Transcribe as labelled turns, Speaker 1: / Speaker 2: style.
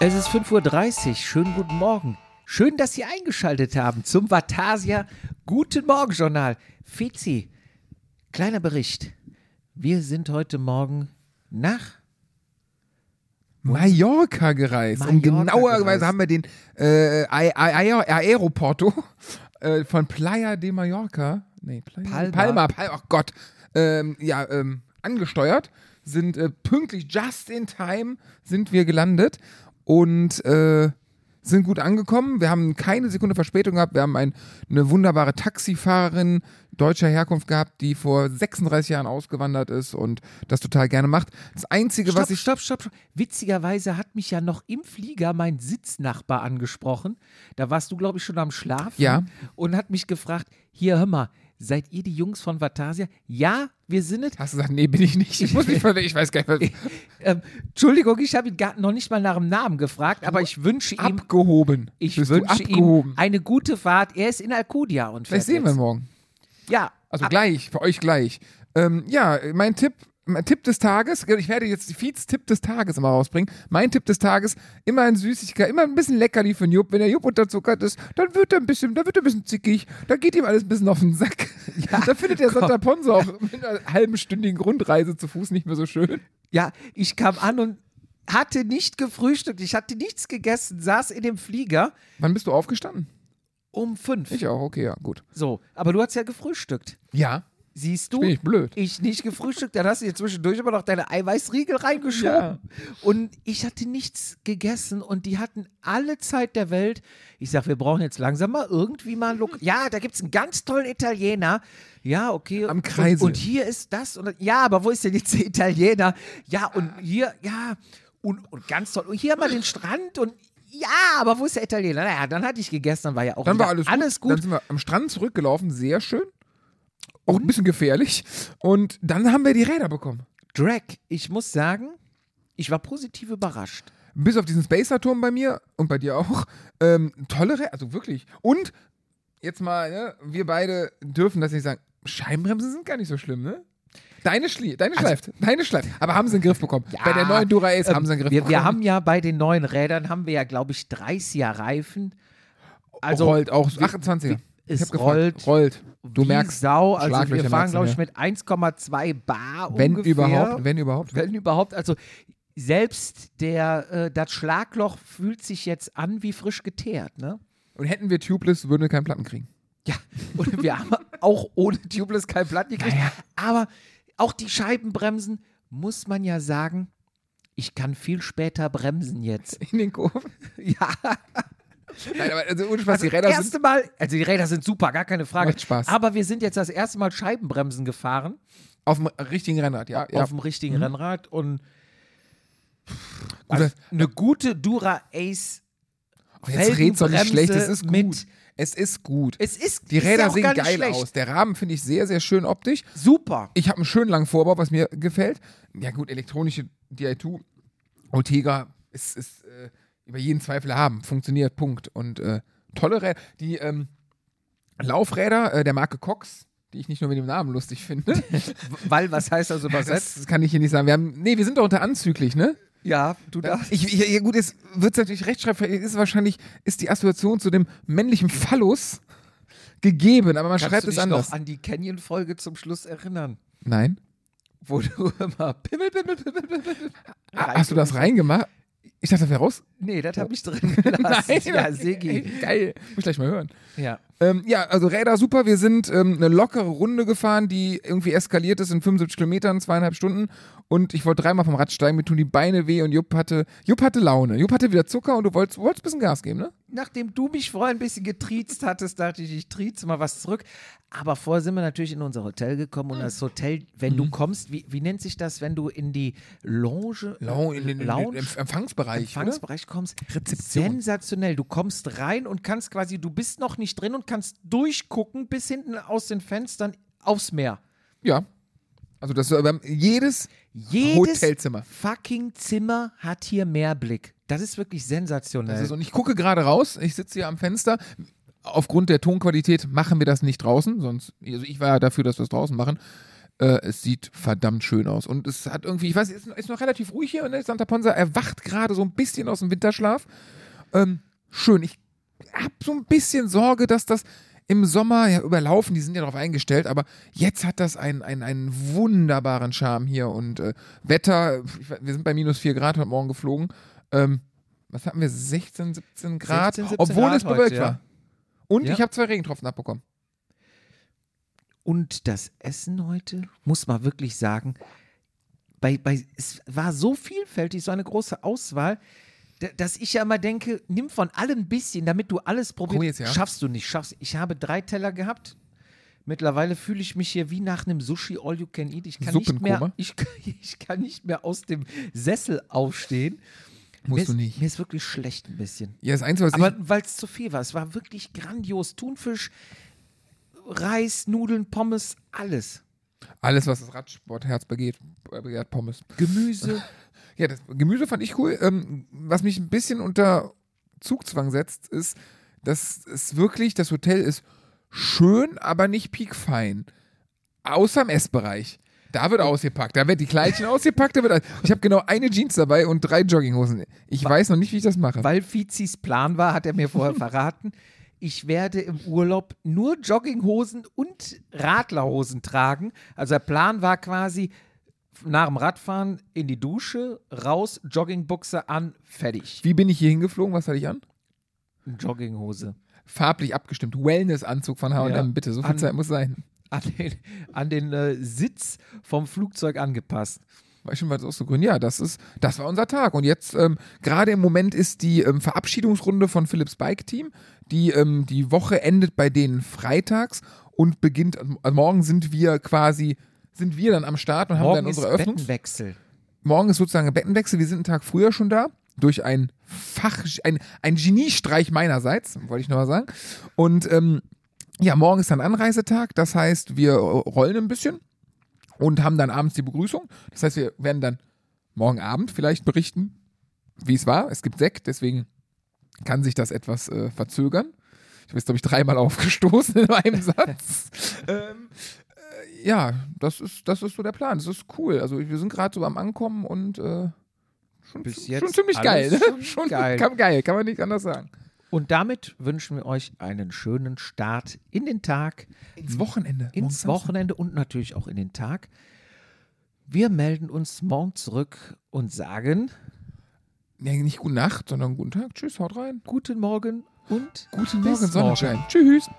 Speaker 1: Es ist 5.30 Uhr. Schönen guten Morgen. Schön, dass Sie eingeschaltet haben zum Vatasia Guten Morgen Journal. Fizi, kleiner Bericht. Wir sind heute Morgen nach
Speaker 2: Mallorca gereist. um
Speaker 1: Mallorca
Speaker 2: genauerweise
Speaker 1: gereist.
Speaker 2: haben wir den äh, Ai- Ai- Ai- Aeroporto äh, von Playa de Mallorca, nee, Playa
Speaker 1: Palma.
Speaker 2: Palma, Palma, oh Gott, ähm, ja, ähm, angesteuert, sind äh, pünktlich, just in time, sind wir gelandet und äh, sind gut angekommen. Wir haben keine Sekunde Verspätung gehabt. Wir haben ein, eine wunderbare Taxifahrerin deutscher Herkunft gehabt, die vor 36 Jahren ausgewandert ist und das total gerne macht. Das Einzige,
Speaker 1: Stopp,
Speaker 2: was ich
Speaker 1: stopp, stopp, stopp. Witzigerweise hat mich ja noch im Flieger mein Sitznachbar angesprochen. Da warst du, glaube ich, schon am Schlafen.
Speaker 2: Ja.
Speaker 1: Und hat mich gefragt, hier, hör mal, seid ihr die Jungs von Vatasia? Ja, wir sind es.
Speaker 2: Hast du gesagt, nee, bin ich nicht. Ich muss nicht verwechseln. Ich weiß gar nicht,
Speaker 1: Ähm, Entschuldigung, ich habe ihn gar noch nicht mal nach dem Namen gefragt, aber ich wünsche
Speaker 2: was
Speaker 1: ihm,
Speaker 2: abgehoben.
Speaker 1: ich
Speaker 2: Bist
Speaker 1: wünsche
Speaker 2: du abgehoben.
Speaker 1: ihm eine gute Fahrt. Er ist in Alcudia und fährt
Speaker 2: Vielleicht sehen wir
Speaker 1: jetzt.
Speaker 2: ihn morgen.
Speaker 1: Ja,
Speaker 2: Also
Speaker 1: ab-
Speaker 2: gleich, für euch gleich. Ähm, ja, mein Tipp, mein Tipp des Tages, ich werde jetzt die Feeds Tipp des Tages immer rausbringen. Mein Tipp des Tages, immer ein Süßigkeit, immer ein bisschen Leckerli von Jupp. Wenn der Jupp unterzuckert ist, dann wird er ein bisschen, dann wird er ein bisschen zickig, dann geht ihm alles ein bisschen auf den Sack. da findet der Santa Ponso auch mit einer halben stündigen Rundreise zu Fuß nicht mehr so schön.
Speaker 1: Ja, ich kam an und hatte nicht gefrühstückt, ich hatte nichts gegessen, saß in dem Flieger
Speaker 2: Wann bist du aufgestanden?
Speaker 1: um fünf.
Speaker 2: Ich auch, okay, ja, gut.
Speaker 1: So, aber du hast ja gefrühstückt.
Speaker 2: Ja,
Speaker 1: Siehst du?
Speaker 2: bin ich blöd.
Speaker 1: Ich nicht gefrühstückt, dann hast du dir zwischendurch aber noch deine Eiweißriegel reingeschoben.
Speaker 2: Ja.
Speaker 1: Und ich hatte nichts gegessen und die hatten alle Zeit der Welt. Ich sag, wir brauchen jetzt langsam mal irgendwie mal. Lok ja, da gibt's einen ganz tollen Italiener. Ja, okay.
Speaker 2: Am Kreisel.
Speaker 1: Und, und hier ist das. Und, ja, aber wo ist denn jetzt der Italiener? Ja, und hier, ja. Und, und ganz toll. Und hier mal den Strand und. Ja, aber wo ist der Italiener? Naja, dann hatte ich gegessen, dann war ja auch
Speaker 2: Dann
Speaker 1: wieder
Speaker 2: war alles gut.
Speaker 1: alles gut.
Speaker 2: Dann sind wir am Strand zurückgelaufen, sehr schön. Auch ein bisschen gefährlich. Und dann haben wir die Räder bekommen.
Speaker 1: Drag, ich muss sagen, ich war positiv überrascht.
Speaker 2: Bis auf diesen Spacer-Turm bei mir und bei dir auch. Ähm, tolle Räder, also wirklich. Und jetzt mal, ne, wir beide dürfen das nicht sagen. Scheibenbremsen sind gar nicht so schlimm, ne? Deine, Schlie deine
Speaker 1: Also
Speaker 2: schleift, deine schleift. Aber haben sie in den Griff bekommen. bei der neuen Dura Ace haben sie in den Griff
Speaker 1: ähm, wir,
Speaker 2: bekommen.
Speaker 1: wir haben ja bei den neuen Rädern, haben wir ja, glaube ich, 30er Reifen. Also
Speaker 2: rollt auch 28er.
Speaker 1: es
Speaker 2: hab gefragt.
Speaker 1: rollt
Speaker 2: rollt. Du
Speaker 1: wie
Speaker 2: merkst,
Speaker 1: Sau. Also wir
Speaker 2: Schlaglöcher
Speaker 1: fahren,
Speaker 2: merkst du
Speaker 1: glaube ich,
Speaker 2: mehr.
Speaker 1: mit 1,2 Bar
Speaker 2: wenn
Speaker 1: ungefähr.
Speaker 2: überhaupt, wenn überhaupt.
Speaker 1: Wenn überhaupt. Also selbst der, äh, das Schlagloch fühlt sich jetzt an wie frisch geteert, ne?
Speaker 2: Und hätten wir Tubeless, würden wir keinen Platten kriegen.
Speaker 1: Ja, und wir haben auch ohne Tubeless kein Platten gekriegt. Aber auch die Scheibenbremsen, muss man ja sagen, ich kann viel später bremsen jetzt.
Speaker 2: In den Kurven.
Speaker 1: Ja,
Speaker 2: Nein, aber also ohne
Speaker 1: also
Speaker 2: Spaß, die Räder
Speaker 1: erste
Speaker 2: sind.
Speaker 1: Mal, also die Räder sind super, gar keine Frage.
Speaker 2: Macht Spaß.
Speaker 1: Aber wir sind jetzt das erste Mal Scheibenbremsen gefahren
Speaker 2: Auf dem richtigen Rennrad, ja. ja.
Speaker 1: auf dem richtigen Rennrad und
Speaker 2: Gut,
Speaker 1: also eine gute Dura Ace.
Speaker 2: Ach, jetzt red's doch nicht
Speaker 1: Felgenbremse
Speaker 2: schlecht, es ist gut.
Speaker 1: mit-
Speaker 2: Es ist gut.
Speaker 1: Es ist
Speaker 2: die
Speaker 1: ist
Speaker 2: Räder
Speaker 1: ja auch
Speaker 2: sehen
Speaker 1: gar nicht
Speaker 2: geil
Speaker 1: schlecht.
Speaker 2: aus. Der Rahmen finde ich sehr, sehr schön optisch.
Speaker 1: Super.
Speaker 2: Ich habe einen schönen langen Vorbau, was mir gefällt. Ja gut, elektronische DI2, Ortega ist, ist äh, über jeden Zweifel haben. Funktioniert, Punkt. Und äh, tolle Räder. Die ähm, Laufräder äh, der Marke Cox, die ich nicht nur mit dem Namen lustig finde.
Speaker 1: Weil, was heißt das übersetzt?
Speaker 2: das kann ich hier nicht sagen. Wir haben, nee, wir sind doch unter anzüglich, ne?
Speaker 1: Ja, du darfst.
Speaker 2: Ich, ich, ja gut, jetzt wird es natürlich rechtschreibfähig, ist wahrscheinlich, ist die Assoziation zu dem männlichen Phallus gegeben, aber man schreibt
Speaker 1: Kannst du
Speaker 2: es
Speaker 1: dich
Speaker 2: anders.
Speaker 1: noch an die Canyon-Folge zum Schluss erinnern?
Speaker 2: Nein.
Speaker 1: wo du immer Pimmel, Pimmel, Pimmel, Pimmel, Pimmel.
Speaker 2: Ah, Hast du das reingemacht? Ich dachte, das wäre raus.
Speaker 1: Nee, das habe ich drin gelassen. ja, Sigi.
Speaker 2: Geil. Muss ich gleich mal hören.
Speaker 1: Ja.
Speaker 2: Ähm, ja, also Räder super. Wir sind ähm, eine lockere Runde gefahren, die irgendwie eskaliert ist in 75 Kilometern, zweieinhalb Stunden. Und ich wollte dreimal vom Rad steigen, mir tun die Beine weh und Jupp hatte, Jupp hatte Laune. Jupp hatte wieder Zucker und du wolltest, wolltest ein bisschen Gas geben, ne?
Speaker 1: Nachdem du mich vorher ein bisschen getriezt hattest, dachte ich, ich trieze mal was zurück. Aber vorher sind wir natürlich in unser Hotel gekommen und das Hotel, wenn
Speaker 2: Mhm.
Speaker 1: du kommst, wie, wie nennt sich das, wenn du in die Lounge,
Speaker 2: Laune, in den,
Speaker 1: Lounge
Speaker 2: Im Empfangsbereich. oder?
Speaker 1: Empfangsbereich kommst? Sensationell. Du kommst rein und kannst quasi, du bist noch nicht drin und kannst durchgucken bis hinten aus den Fenstern aufs Meer.
Speaker 2: Ja. Also das wir haben jedes
Speaker 1: Jedes
Speaker 2: Hotelzimmer.
Speaker 1: fucking Zimmer hat hier mehr Blick. Das ist wirklich sensationell.
Speaker 2: das ist, und ich gucke gerade raus, ich sitze hier am Fenster. Aufgrund der Tonqualität machen wir das nicht draußen, sonst also ich war ja dafür, dass wir es draußen machen. Äh, es sieht verdammt schön aus. Und es hat irgendwie, ich weiß, es ist, ist noch relativ ruhig hier und ne? Santa Ponsa erwacht gerade so ein bisschen aus dem Winterschlaf. Ähm, schön. Ich habe so ein bisschen Sorge, dass das im Sommer ja überlaufen, die sind ja darauf eingestellt, aber jetzt hat das einen, einen, einen wunderbaren Charme hier und äh, Wetter, ich, we- wir sind bei minus 4 Grad heute Morgen geflogen. Ähm, was hatten wir, 16, 17 Grad,
Speaker 1: 16, 17
Speaker 2: obwohl
Speaker 1: Grad
Speaker 2: es bewölkt
Speaker 1: heute, ja.
Speaker 2: war. Und
Speaker 1: Ja.
Speaker 2: ich habe zwei Regentropfen abbekommen.
Speaker 1: Und das Essen heute, muss man wirklich sagen, bei, bei, es war so vielfältig, so eine große Auswahl, da- dass ich ja immer denke, nimm von allem ein bisschen, damit du alles
Speaker 2: Probier's,
Speaker 1: probierst.
Speaker 2: ja.
Speaker 1: Schaffst du nicht, schaffst. Ich habe drei Teller gehabt. Mittlerweile fühle ich mich hier wie nach einem Sushi All You Can Eat. Ich kann, nicht mehr,
Speaker 2: Suppenkoma?
Speaker 1: ich, ich kann nicht mehr aus dem Sessel aufstehen.
Speaker 2: Musst
Speaker 1: mir
Speaker 2: du
Speaker 1: ist,
Speaker 2: nicht.
Speaker 1: Mir ist wirklich schlecht ein bisschen.
Speaker 2: Ja, das Einzige, was
Speaker 1: Aber weil es zu viel war. Es war wirklich grandios. Thunfisch, Reis, Nudeln, Pommes, alles.
Speaker 2: ich, alles, was das Radsportherz begeht, äh, begehrt, Pommes.
Speaker 1: Gemüse.
Speaker 2: Ja, das Gemüse fand ich cool. Ähm, was mich ein bisschen unter Zugzwang setzt, ist, dass es wirklich, das Hotel ist schön, aber nicht piekfein. Außer im Essbereich. Da wird ausgepackt. Da werden die Kleidchen ausgepackt. Da wird alles- ich habe genau eine Jeans dabei und drei Jogginghosen. Ich weiß noch nicht, wie ich das mache.
Speaker 1: weil Fizis Plan war, hat er mir vorher verraten, ich werde im Urlaub nur Jogginghosen und Radlerhosen tragen. Also der Plan war quasi nach dem Radfahren in die Dusche, raus, Joggingbuchse an, fertig.
Speaker 2: Wie bin ich hier hingeflogen? Was hatte ich an?
Speaker 1: Jogginghose.
Speaker 2: Farblich abgestimmt. Wellness-Anzug von H&M,
Speaker 1: Ja.
Speaker 2: bitte. So viel
Speaker 1: An-
Speaker 2: Zeit muss sein.
Speaker 1: An den, an den äh, Sitz vom Flugzeug angepasst.
Speaker 2: War ich schon mal so grün. Ja, das ist, das war unser Tag. Und jetzt, ähm, gerade im Moment ist die ähm, Verabschiedungsrunde von Philips Bike Team. Die, ähm, die Woche endet bei denen freitags und beginnt, äh, morgen sind wir quasi, sind wir dann am Start und haben
Speaker 1: Morgen
Speaker 2: dann unsere
Speaker 1: ist
Speaker 2: Öffnung.
Speaker 1: Bettenwechsel.
Speaker 2: Morgen ist sozusagen ein Bettenwechsel. Wir sind einen Tag früher schon da. Durch ein Fach, ein, ein Geniestreich meinerseits, wollte ich nochmal sagen. Und ähm, ja, morgen ist dann Anreisetag. Das heißt, wir äh, rollen ein bisschen und haben dann abends die Begrüßung. Das heißt, wir werden dann morgen Abend vielleicht berichten, wie es war. Es gibt Sekt, deswegen kann sich das etwas äh, verzögern. Ich bin jetzt, glaube ich, dreimal aufgestoßen in einem Satz. ähm, äh, ja, das ist, das ist so der Plan. Das ist cool. Also wir sind gerade so am Ankommen und äh, schon,
Speaker 1: Bis
Speaker 2: schon
Speaker 1: jetzt
Speaker 2: ziemlich geil.
Speaker 1: alles
Speaker 2: Ne?
Speaker 1: schon
Speaker 2: Schon
Speaker 1: geil.
Speaker 2: Kann, geil, kann man nicht anders sagen.
Speaker 1: Und damit wünschen wir euch einen schönen Start in den Tag,
Speaker 2: Ins Wochenende.
Speaker 1: ins Wochenende und natürlich auch in den Tag. Wir melden uns morgen zurück und sagen
Speaker 2: Nee, nicht gute Nacht, sondern guten Tag. Tschüss, haut rein.
Speaker 1: guten Morgen und
Speaker 2: Guten
Speaker 1: bis
Speaker 2: Morgen, Sonnenschein. Tschüss.